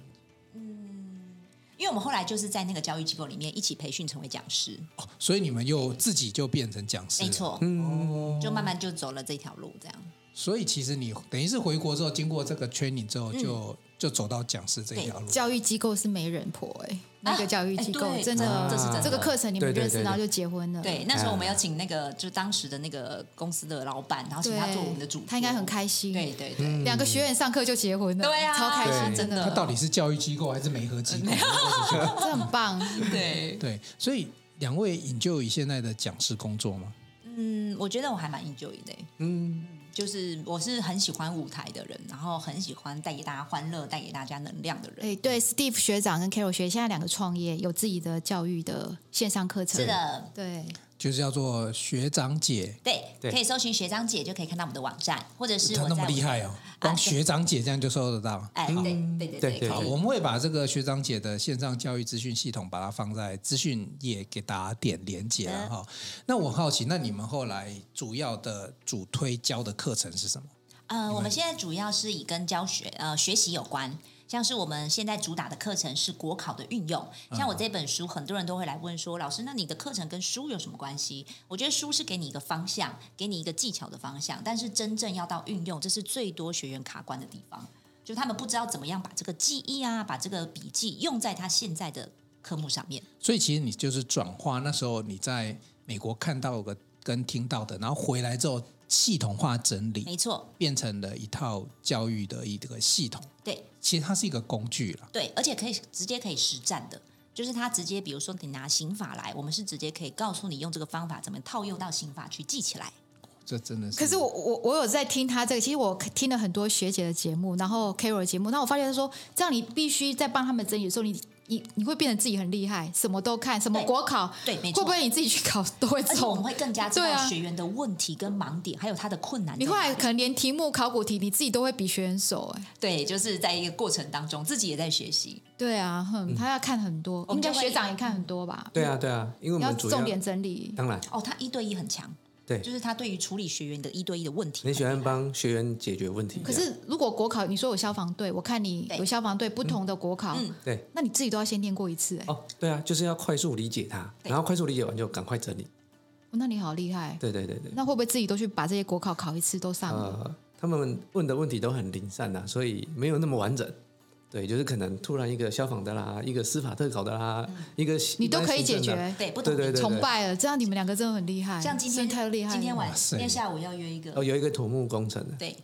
S3: 因为我们后来就是在那个教育机构里面一起培训成为讲师，
S1: 哦，所以你们又自己就变成讲师，
S3: 没。错，嗯，就慢慢就走了这条路，这样嗯
S1: 所以其实你等于是回国之后，经过这个 training 之后，就就走到讲师这条路。
S2: 教育机构是媒人婆哎、那个教育机构、
S3: 哎对
S2: 真的，
S3: 这是真的
S2: 这个课程你们
S4: 对对
S2: 认识，
S4: 对对
S2: 然后就结婚了，
S3: 对，那时候我们有请那个，就是当时的那个公司的老板，然后请
S2: 对，
S3: 他做我们的主播，
S2: 他应该很开心，
S3: 对对对，
S2: 两个学员上课就结婚了，
S3: 对啊
S2: 超开心，
S1: 对
S2: 真
S1: 他
S2: 的，
S1: 到底是教育机构还是媒合机构？
S2: 这很棒。 [LAUGHS]
S3: 对，
S1: [LAUGHS] 对，所以两位引咎于现在的讲师工作吗？
S3: 嗯，我觉得我还蛮 enjoy 的欸、
S4: 嗯，
S3: 就是我是很喜欢舞台的人，然后很喜欢带给大家欢乐、带给大家能量的人。
S2: 哎，对，Steve 学长跟 Carol 学现在两个创业，有自己的教育的线上课程，
S3: 是，的，
S2: 对，
S1: 就是叫做学长姐，
S3: 对，
S4: 对
S3: 可以搜寻学长姐就可以看到我们的网站，或者是
S1: 他
S3: 我
S1: 那
S3: 在
S1: 么
S3: 我
S1: 厉
S3: 们
S1: 害哦，光
S3: 啊对
S1: 学长姐这样就收得到。嗯
S3: 哎，对对对
S4: 对对
S1: 好，
S3: 可以
S1: 我们会把这个学长姐的线上教育资讯系统，把它放在资讯页给大家点连接
S3: 嗯
S1: 了哈。那我好奇，那你们后来主要的主推教的课程是什么？
S3: 呃，我们现在主要是以跟教学呃学习有关，像是我们现在主打的课程是国考的运用。像我这本书，很多人都会来问说，老师，那你的课程跟书有什么关系？我觉得书是给你一个方向，给你一个技巧的方向，但是真正要到运用，这是最多学员卡关的地方，就他们不知道怎么样把这个记忆啊，把这个笔记用在他现在的科目上面。
S1: 所以其实你就是转化那时候你在美国看到的跟听到的，然后回来之后系统化整理，
S3: 没错，
S1: 变成了一套教育的一个系统。
S3: 对，
S1: 其实它是一个工具啦。
S3: 对，而且可以直接可以实战的，就是他直接，比如说你拿刑法来，我们是直接可以告诉你用这个方法怎么套用到刑法去记起来。
S1: 这真的是。
S2: 可是我我我有在听他这个，其实我听了很多学姐的节目，然后 Carol 的节目，那我发现他说，这样你必须在帮他们整理的时候，你你你会变得自己很厉害，什么都看，什么
S3: 对
S2: 国考，
S3: 对没
S2: 会
S3: 错
S2: 不会你自己去考都会
S3: 而且我们
S2: 中？
S3: 会更加知
S2: 对
S3: 道
S2: 啊
S3: 学员的问题跟盲点，还有他的困难在
S2: 你后
S3: 哪里。
S2: 来可能连题目、考古题你自己都会比学员熟哎、
S3: 对，就是在一个过程当中，自己也在学习。
S2: 对啊，哼，他要看很多，
S3: 嗯我
S2: 应
S3: 们
S2: 该
S3: 就会
S2: 学长也看很多吧？
S4: 对啊对啊，因为我
S2: 你要
S4: 们主要啊
S2: 重点整理。
S4: 当然
S3: 哦，他一对一很强，
S4: 对
S3: 就，是他对于处理学员的一对一的问题
S4: 很，喜欢帮学员解决问题。
S2: 可
S4: 这样
S2: 是如果国考，你说有消防队，我看你
S3: 对
S2: 有消防队不同的国考，
S3: 嗯
S4: 对
S2: 那你自己都要先念过一次哎、
S4: 哦，对啊，就是要快速理解它，
S3: 对
S4: 然后快速理解完就赶快整理。
S2: 哦那你好厉害。
S4: 对对对对，
S2: 那会不会自己都去把这些国考考一次都上了？
S4: 呃，他们问的问题都很零散呐、所以没有那么完整。对，就是可能突然一个消防的啦，一个司法特考的啦，一个
S2: 你都可以解。
S4: 一般行政的
S2: 决，
S3: 对不
S4: 对
S3: 同
S4: 对对对，
S2: 崇拜了。这样你们两个真的很厉害，
S3: 像今
S2: 真
S3: 天
S2: 的太厉害了。
S3: 今天晚
S1: 哇塞
S3: 今天下午要约一
S4: 哦，
S3: 个，
S4: 有一个土木工程的，
S3: 对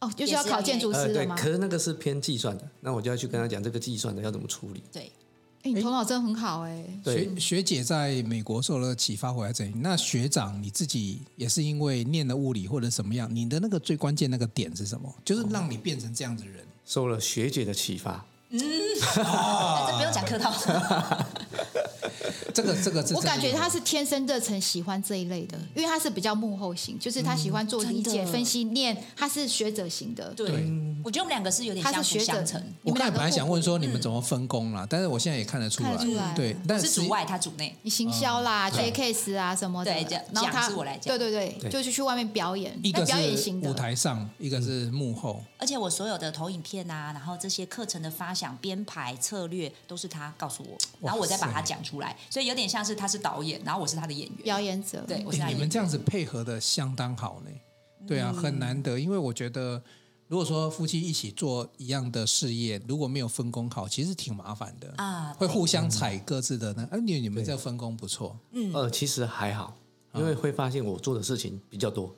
S2: 哦，就是要考建筑
S4: 呃，
S2: 师了
S4: 对，
S2: 吗？
S4: 可是那个是偏计算的，那我就要去跟他讲这个计算的要怎么处理。
S3: 对，
S2: 哎，你头脑真的很好哎。
S4: 对
S1: 学学姐在美国受了启发回来这里，那学长你自己也是因为念了物理或者什么样，你的那个最关键那个点是什么？就是让你变成这样的人。
S4: 受了学姐的启发，啊
S3: 但这不用讲客
S4: [LAUGHS]
S3: 套，
S1: 这个这个是
S2: 我感觉
S1: 真的
S2: 他是天生热忱，喜欢这一类的，因为他是比较幕后型，就是他喜欢做理解、
S3: 真的
S2: 分析、念，他是学者型的。
S3: 对
S1: 对，
S3: 我觉得我们两个是有点
S2: 他
S3: 相
S2: 是
S3: 辅
S2: 学者
S3: 相成，，
S1: 我
S2: 你们
S1: 刚才
S2: 两个
S1: 本来想
S2: 互补
S1: 问说你们怎么分工啦，但是我现在也看得出来，
S2: 嗯看得出来
S1: 对，但
S3: 是
S1: 实际
S3: 主外他主内，
S2: 你行销啦、
S1: 对
S2: 接 case 啊什么的
S3: 对讲，
S2: 然后他
S3: 讲是我来讲
S2: 对对对，
S4: 对
S2: 就是去外面表演，
S1: 一
S2: 那
S1: 个
S2: 表演型
S1: 是
S2: 的嗯
S1: 舞台上，一个是幕后，
S3: 而且我所有的投影片啊，然后这些课程的发想、编排、策略都是他告诉我，然后我再把它讲出来，所以有点像是他是导演，然后我是他的演员。
S2: 表演者。
S3: 对，我是
S1: 诶
S3: 他的
S1: 你们
S3: 演
S1: [LAUGHS]
S3: 员。
S1: 这样子配合的相当好呢。对啊，
S2: 嗯
S1: 很难得，因为我觉得如果说夫妻一起做一样的事业，如果没有分工好，其实挺麻烦的
S3: 啊
S1: 会互相踩各自的那。
S2: 嗯
S1: 哎、你你们这分工不错，
S4: 呃，其实还好，因为会发现我做的事情比较多。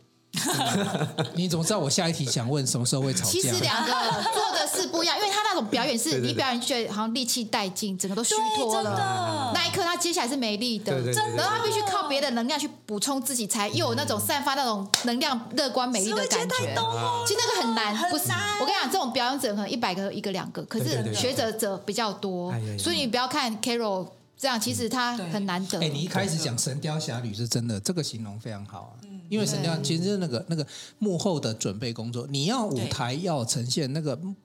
S1: 你怎么知道我下一题想问什么时候会吵
S2: 其实
S1: 架？
S2: 两个做的是不一样，因为他那种表演
S4: 对
S1: [LAUGHS]
S2: 是
S4: 对对
S2: 你表演就觉得好像力气殆尽，整个都虚脱
S3: 真
S2: 了。
S3: 的，
S2: 那一刻他接下来是没力的，
S4: 对对对真的
S2: 然后他必须靠别的能量去补充自己，才又有那种散发那种能量、乐观、美丽的感
S3: 是
S2: 觉
S3: 会觉得太。多了
S2: 其实那个很难，
S3: 哦很
S2: 不是
S3: 难
S2: 我跟你讲，这种表演者可能一百个一个两个，可
S4: 对对
S2: 是
S4: 对
S2: 学者者比较多
S4: 哎呀呀，
S2: 所以你不要看 Carol 这样，其实他很难得
S1: 哎、。你一开始讲《神雕侠侣》是真的，这个形容非常好啊。
S2: 嗯
S1: 因为《神雕》其实那个那个幕后的准备工作，你要舞台要呈现那个嗯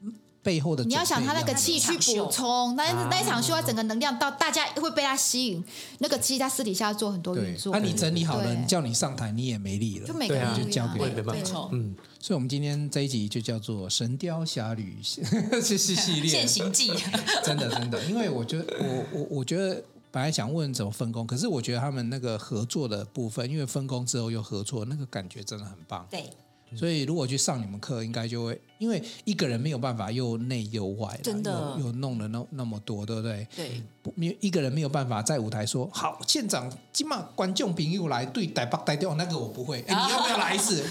S1: 背后的准备
S2: 你
S1: 样
S2: 要
S1: 子，
S2: 想他那个气去补充，
S4: 啊
S2: 那那一场秀，他整个能量到大家会被他吸引。那个其实他私底下做很多运
S1: 对，
S2: 作。
S4: 啊
S1: 那、你整理好了，
S2: 对
S1: 你叫你上台，你也没力了，
S2: 就每个人
S4: 对啊
S2: 不一
S1: 就
S2: 样
S1: 交给
S4: 我也没办法
S3: 没错，
S4: 嗯，
S1: 所以，我们今天这一集就叫做《神雕侠侣》 [LAUGHS] 是是系列，
S3: 现行记，
S1: 真的真的，因为我觉得我我我觉得本来想问怎么分工，可是我觉得他们那个合作的部分，因为分工之后又合作，那个感觉真的很棒。
S3: [LAUGHS] 对，
S1: 所以如果去上你们课，应该就会，因为一个人没有办法又内又外啦，
S3: 真的
S1: 又又弄了那那么多，对不对？
S3: 对，
S1: 不没有一个人没有办法在舞台说好，县长今晚观众朋友来对台北台中那个我不
S2: [LAUGHS]
S1: 会，哎，你要不要来一次？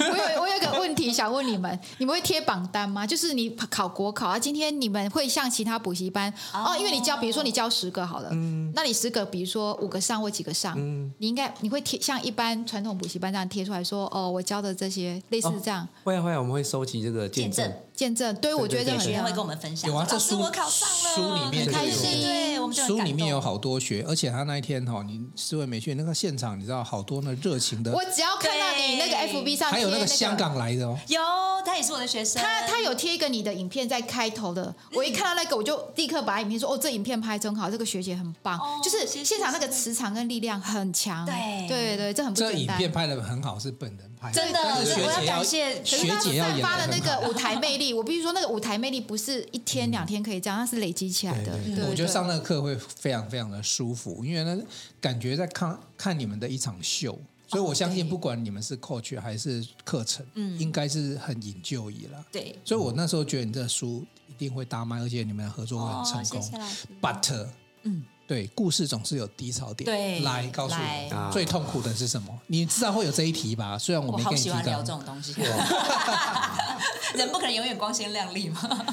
S2: 我有我有一个问题想问你们，你们会贴榜单吗？就是你考国考啊，今天你们会像其他补习班哦
S3: 哦
S2: 因为你教，比如说你教十个好了，那你十个，比如说五个上或几个上，你应该你会贴像一般传统补习班这样贴出来说，哦，我教的这些类似这样、
S4: 会啊会啊，我们会收集这个见
S3: 见
S4: 证
S3: 证，
S2: 见证，对我觉得这
S4: 对
S2: 很
S4: 对
S3: 学
S4: 对
S3: 员
S2: 重
S3: 会
S2: 要
S3: 跟我们分享。
S1: 有啊，这
S3: 老师
S1: 书
S3: 我考上了，
S1: 书里面
S3: 很
S1: 就
S3: 开
S1: 有
S3: 心，对，我们就很
S1: 书里
S3: 感
S1: 面有
S3: 动
S1: 好多学，而且他那一天哈、你思维美去那个现场，你知道好多那热情的，
S2: 我只要看到你那个
S3: 对
S2: FB 上
S1: 还
S2: 贴
S1: 有那
S2: 那
S1: 个香。港来的哦，
S3: 有，他也是我的学生，
S2: 他他有贴一个你的影片在开头的，
S3: 嗯
S2: 我一看到那个我就立刻把影片说哦，这影片拍真好，这个学姐很棒，
S3: 哦
S2: 就
S3: 谢
S2: 是
S3: 谢
S2: 现场那个
S3: 谢谢
S2: 磁场跟力量很强，
S3: 对
S2: 对对，这很不
S1: 这
S2: 简
S1: 影
S2: 单。
S1: 片拍的很好，是本人拍的，
S3: 真的
S1: 但是学
S3: 我要
S1: 姐
S3: 感谢
S2: 可
S1: 学
S2: 是他
S1: 姐要
S2: 散
S1: 演
S2: 发的
S1: 得
S2: 那
S1: 很好
S2: 个舞台魅力，我必须说那个舞台魅力不是一天两天可以这样，它是累积起来的。
S4: 哎对对
S2: 对
S4: 对
S2: 对
S1: 嗯我觉得上那个课会非常非常的舒服，因为呢，感觉在看看你们的一场秀，
S3: 哦
S1: 所以我相信
S3: 对
S1: 不管你们是 coach 还是课程，嗯，应该是很引咎矣了。
S3: 对，
S1: 所以我那时候觉得你这书一定会大卖，而且你们的合作会
S3: 哦，
S1: 很
S3: 谢
S1: 成功
S3: 谢。老师，
S1: But，
S3: 嗯，
S1: 对，故事总是有低潮点。
S3: 对
S1: 来告诉
S3: 来
S1: 我
S4: 啊
S1: 最痛苦的是什么？你知道会有这一题吧？
S3: [LAUGHS]
S1: 虽然我没
S3: 我
S1: 跟
S3: 好
S1: 你
S3: 喜
S1: 提
S3: 欢聊
S1: 到
S3: 这。种东西， [LAUGHS] 人不可能永远光鲜亮丽嘛，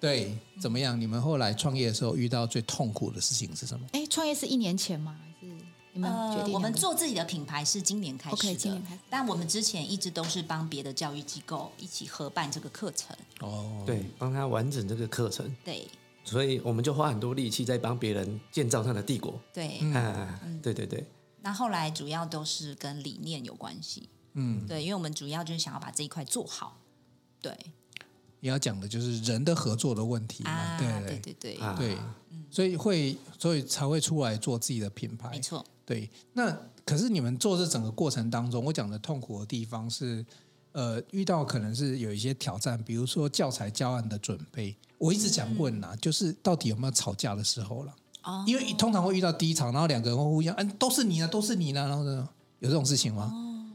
S1: 对，怎么样？你们后来创业的时候遇到最痛苦的事情是什么？
S2: 哎，创业是一年前吗？还是你们嗯决
S3: 呃，
S2: 定？
S3: 我们做自己的品牌是今年开始
S2: OK，
S3: 的
S2: 今年开始
S3: 但我们之前一直都是帮别的教育机构一起合办这个课程，
S1: 哦，
S4: 对，帮他完整这个课程，
S3: 对
S4: 所以我们就花很多力气在帮别人建造他的帝国。
S3: 对。
S2: 嗯
S4: 啊，对对对，
S3: 那后来主要都是跟理念有关系，
S1: 嗯，
S3: 对，因为我们主要就是想要把这一块做好，对
S1: 你要讲的就是人的合作的问题嘛，
S3: 啊，
S1: 对
S3: 对对对，
S4: 啊
S1: 对，所以会，所以才会出来做自己的品牌
S3: 没。错，
S1: 对，那可是你们做这整个过程当中，我讲的痛苦的地方是，呃，遇到可能是有一些挑战，比如说教材教案的准备。我一直想问呐、啊就是到底有没有吵架的时候了？
S3: 嗯哦
S1: 因为通常会遇到第一场，然后两个人会互相，嗯、都是你啊，都是你呢、然后呢，有这种事情吗？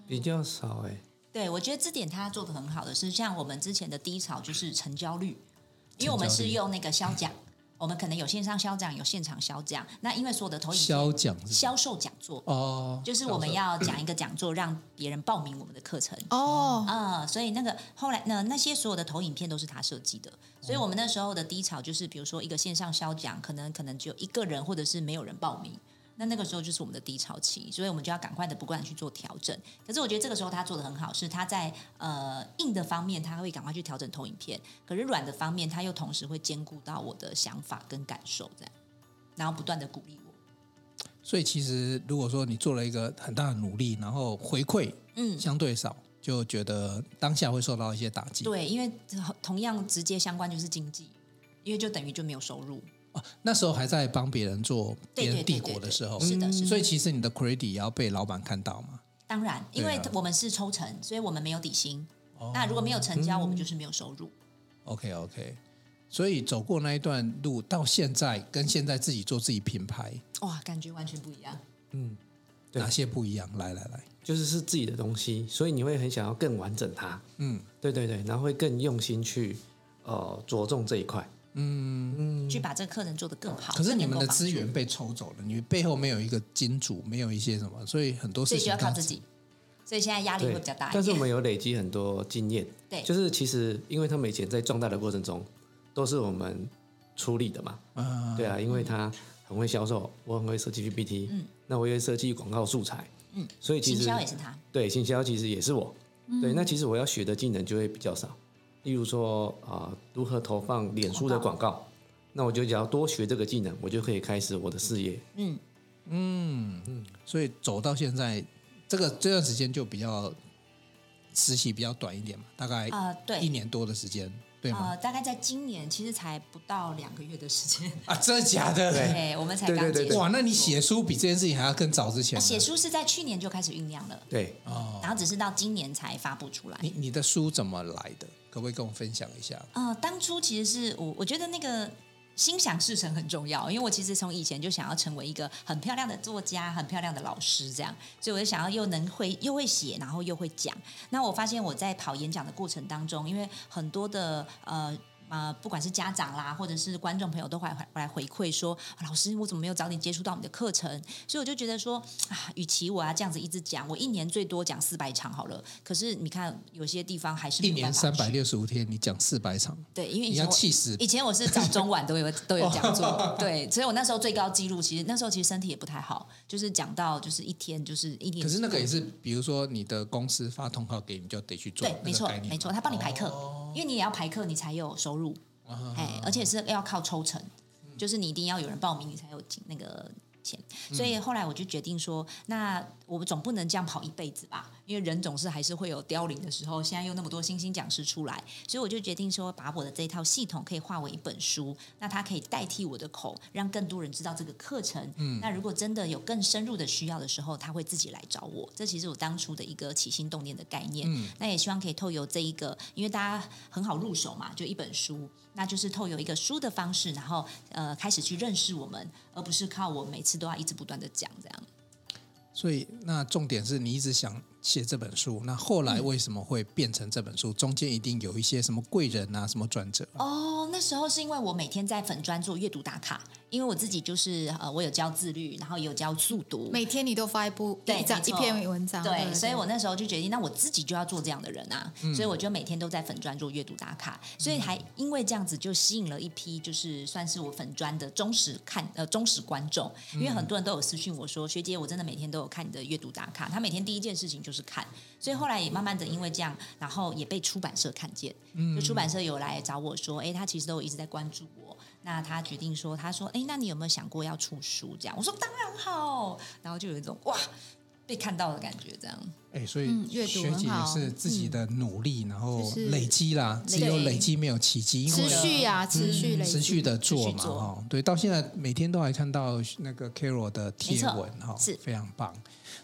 S4: 比较少哎、
S3: 对，我觉得这点他做的很好的是，像我们之前的低潮就是成交率，因为我们
S1: 成交
S3: 是
S1: 率
S3: 用那个销奖，我们可能有线上销奖，有现场销奖。那因为所有的投影
S1: 销
S3: 片
S1: 奖是
S3: 销售讲座，
S1: 哦，
S3: 就是我们要讲一个讲座，让别人报名我们的课程。
S2: 哦，
S3: 啊、所以那个后来那那些所有的投影片都是他设计的，所以我们那时候的低潮就是，比如说一个线上销奖，可能可能只有一个人，或者是没有人报名。那那个时候就是我们的低潮期，所以我们就要赶快的不断地去做调整。可是我觉得这个时候他做的很好，是他在呃硬的方面他会赶快去调整投影片，可是软的方面他又同时会兼顾到我的想法跟感受这样，然后不断的鼓励我。
S1: 所以其实如果说你做了一个很大的努力，然后回馈
S3: 嗯，
S1: 相对少，就觉得当下会受到一些打击。
S3: 对，因为同样直接相关就是经济，因为就等于就没有收入。
S1: 哦，那时候还在帮别人做别人帝国的时候，
S3: 对对对对对是的是的
S1: 所以其实你的 credit 也要被老板看到嘛。
S3: 当然，因
S1: 对啊
S3: 为我们是抽成，所以我们没有底薪。
S1: 哦
S3: 那如果没有成交，我们就是没有收入。
S1: OK OK，所以走过那一段路，到现在跟现在自己做自己品牌，
S3: 哇，感觉完全不一样。
S4: 对
S1: 哪些不一样？来来来，
S3: 哦
S4: 就是是自己的东西，所以你会很想要更完整它。
S1: 嗯，
S4: 对对对，然后会更用心去呃着重这一块。
S3: 去把这个课程做得更好。
S1: 嗯可是你们的
S3: 更能够帮助
S1: 资源，被抽走了，你们背后没有一个金主，没有一些什么，所以很多事
S3: 所以就
S1: 情
S3: 要靠
S1: 当
S3: 自己。所以现在压力会
S4: 对
S3: 比较大一点。
S4: 但是我们有累积很多经验。
S3: 对
S4: 就是其实因为他们以前在壮大的过程中，都是我们出力的嘛。
S1: 嗯，
S4: 对啊，因为他很会销售，我很会设计 PPT，嗯，那我也会设计广告素材，嗯，所以其
S3: 行
S4: 实
S3: 销也是他，
S4: 对，行销其实也是我。对，
S2: 嗯
S4: 那其实我要学的技能就会比较少，例如说啊、如何投放脸书的广告，那我就只要多学这个技能，我就可以开始我的事业。
S3: 嗯，
S1: 所以走到现在，这个这段时间就比较实习比较短一点嘛，大概
S3: 啊、
S1: 一
S3: 对，
S1: 年多的时间，对吗？
S3: 呃，大概在今年其实才不到两个月的
S1: [LAUGHS]
S3: 时间，
S1: 啊，真的假的嘞？
S3: 对，我们才
S4: 对
S3: 刚
S4: 对对
S3: 结
S4: 对
S3: 束。
S1: 哇，那你写书比这件事情还要更早之前
S3: 啊
S1: 呢、
S3: 写书是在去年就开始酝酿了，
S4: 对，
S1: 哦，
S3: 然后只是到今年才发布出来。
S1: 你你的书怎么来的？可不可以跟我分享一下？
S3: 呃，当初其实是我，我觉得那个心想事成很重要，因为我其实从以前就想要成为一个很漂亮的作家、很漂亮的老师，这样，所以我就想要又能会又会写，然后又会讲。那我发现我在跑演讲的过程当中，因为很多的呃。呃，不管是家长啦，或者是观众朋友，都会来来回馈说、啊老师，我怎么没有早点接触到你的课程？所以我就觉得说，啊，与其我要这样子一直讲，我一年最多讲四百场好了。可是你看，有些地方还是没
S1: 一
S3: 有
S1: 年
S3: 办法
S1: 三百
S3: 去
S1: 六十五天，你讲四百场，
S3: 对，因为以
S1: 你
S3: 前
S1: 要
S3: 我
S1: 气死
S3: 以前我是早中晚都有都有讲
S1: 哦
S3: 座，对，所以我那时候最高纪录，其实那时候其实身体也不太好，就是讲到就是一天就是一天。
S1: 可是那个也是，比如说你的公司发通告给你，就得去做，
S3: 对，没错没错，他帮你排课，
S1: 哦
S3: 因为你也要排课，你才有收入，
S1: 啊
S3: 哎，而且是要靠抽成，就是你一定要有人报名，你才有那个。钱，
S1: 嗯
S3: 所以后来我就决定说，那我们总不能这样跑一辈子吧，因为人总是还是会有凋零的时候。现在又那么多新兴讲师出来，所以我就决定说，把我的这套系统可以化为一本书，那它可以代替我的口，让更多人知道这个课程。嗯，那如果真的有更深入的需要的时候，他会自己来找我。这其实我当初的一个起心动念的概念。嗯，那也希望可以透由这一个，因为大家很好入手嘛，就一本书，那就是透由一个书的方式，然后呃开始去认识我们，而不是靠我每次都要一直不断的讲这样。
S1: 所以那重点是你一直想写这本书，那后来为什么会变成这本书？中间一定有一些什么贵人啊，什么转折啊、
S3: 哦，那时候是因为我每天在粉专做阅读打卡，因为我自己就是呃，我有教自律，然后也有教速读，
S2: 每天你都发一部
S3: 对
S2: 一张
S3: 没
S2: 一
S3: 错
S2: 篇文章，
S3: 对，所以我那时候就决定，那我自己就要做这样的人啊，所以我就每天都在粉专做阅读打卡，所以还因为这样子就吸引了一批，就是算是我粉专的忠实看呃忠实观众，因为很多人都有私讯我说，学姐，我真的每天都有看你的阅读打卡，他每天第一件事情就是看，所以后来也慢慢的因为这样，然后也被出版社看见，就出版社有来找我说，哎，他其实都有一直在关注我。那他决定说，他说，哎，那你有没有想过要出书？这样，我说当然好，然后就有一种哇，被看到的感觉，这样。
S1: 哎，所以
S2: 嗯阅读
S1: 学姐
S2: 很
S1: 也
S2: 好
S1: 是自己的努力，然后
S2: 就是
S1: 累积啦，
S3: 累
S1: 只有累积没有奇迹，因为
S2: 持续啊，持
S3: 嗯
S2: 续累积
S1: 持续的做嘛，
S3: 持续做
S1: 哈，对，到现在每天都还看到那个 Carol 的贴文，哈，
S3: 是
S1: 非常棒。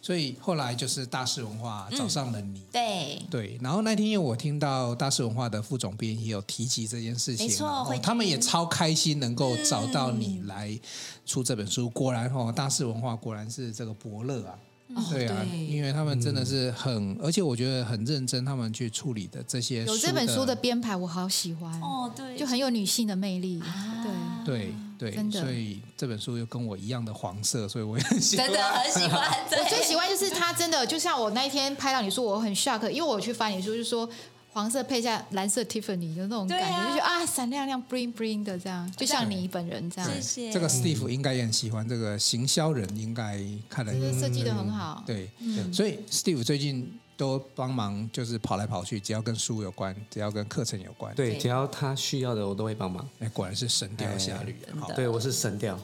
S1: 所以后来就是大师文化
S2: 嗯
S1: 找上了你，
S3: 对，
S1: 对，然后那天因为我听到大师文化的副总编也有提及这件事情，
S3: 没错
S1: 然后
S3: 会
S1: 他们也超开心能够找到你来出这本书。果然哦，大师文化果然是这个伯乐啊，
S2: 哦
S1: 对啊，
S3: 哦对
S1: 因为他们真的是很，而且我觉得很认真，他们去处理的这些
S2: 有这本书的编排，我好喜欢，
S3: 哦，对，
S2: 就很有女性的魅力，
S3: 啊
S2: 对。
S1: 对对，
S2: 嗯真的
S1: 所以这本书又跟我一样的黄色，所以我也很
S2: [LAUGHS]
S1: 喜欢。
S3: 真的很喜欢。对
S1: [LAUGHS]
S2: 我最喜欢就是它真的，就像我那一天拍到你说我很 shock，因为我去翻你书就说黄色配下蓝色 Tiffany 有那种
S3: 对
S2: 感觉，
S3: 啊
S2: 就觉得啊闪亮亮 bling bling 的这样，就像你本人这样，
S3: 谢谢
S1: 这个 Steve 应该也很喜欢，这个行销人应该看了
S2: 设计的很好。
S1: 嗯对，所以 Steve 最近都帮忙，就是跑来跑去，只要跟书有关，只要跟课程有关，，
S4: 对，
S3: 对
S4: 只要他需要的，我都会帮忙。
S1: 哎，果然是神雕侠侣啊，好
S3: 哎真的
S4: 对我是神
S2: [LAUGHS]
S4: 雕，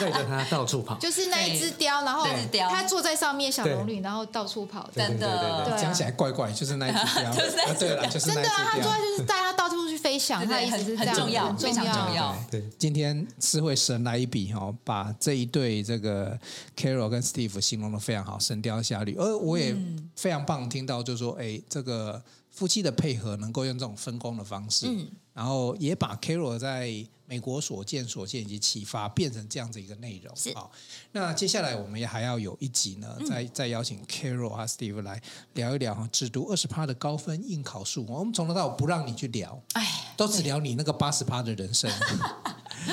S4: 带着他到处跑。
S2: 就是那一只雕，然后
S3: 对雕
S2: 它坐在上面小龙女，然后到处跑的。
S3: 真的
S2: 对啊
S1: 讲起来怪怪，就是那一
S2: [LAUGHS]
S1: 只雕，啊对了，就是
S2: 真
S1: 那
S2: 的啊，
S1: 一
S2: 他
S1: 只
S2: 坐
S1: 雕
S2: 在。就是带它到处去飞翔，
S3: 对
S2: 它的意思是这样，
S3: 很重要
S2: 很重
S3: 非常重
S2: 要
S3: 要。
S4: 对
S1: 今天是会神来一笔哦，把这一对这个 Carol 跟 Steve 形容的非常好，《神雕侠侣》，而我也
S3: 嗯
S1: 非常棒，听到就是说，哎，这个夫妻的配合能够用这种分工的方式，
S3: 嗯
S1: 然后也把 Carol 在美国所见所见以及启发变成这样子一个内容。
S3: 是嗯
S1: 好，那接下来我们也还要有一集呢，再再邀请 Carol 和 Steve 来聊一聊哈，只读二十趴的高分应考数，哦我们从头到尾不让你去聊，
S3: 哎，
S1: 都只聊你那个八十趴的人生。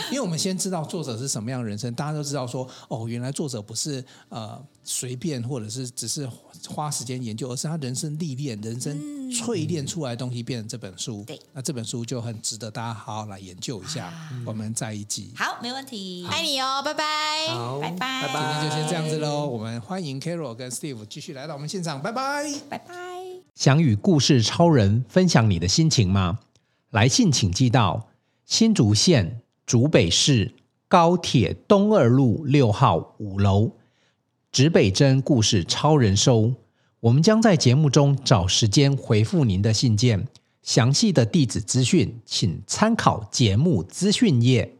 S1: 因为我们先知道作者是什么样的人生，大家都知道说，哦，原来作者不是呃随便或者是只是花时间研究，而是他人生历练、人生淬炼出来的东西变成这本书。
S3: 对
S1: 那这本书就很值得大家好好来研究一下。我们再一集，
S3: 好，没问题。
S2: 爱你哦，拜拜，
S4: 好
S2: 拜拜，
S4: 拜拜
S1: 今天就先这样子喽。我们欢迎 Carol 跟 Steve 继续来到我们现场，拜拜。
S5: 想与故事超人分享你的心情吗？来信请寄到新竹县竹北市高铁东二路六号五楼，指北针故事超人收。我们将在节目中找时间回复您的信件，详细的地址资讯请参考节目资讯页。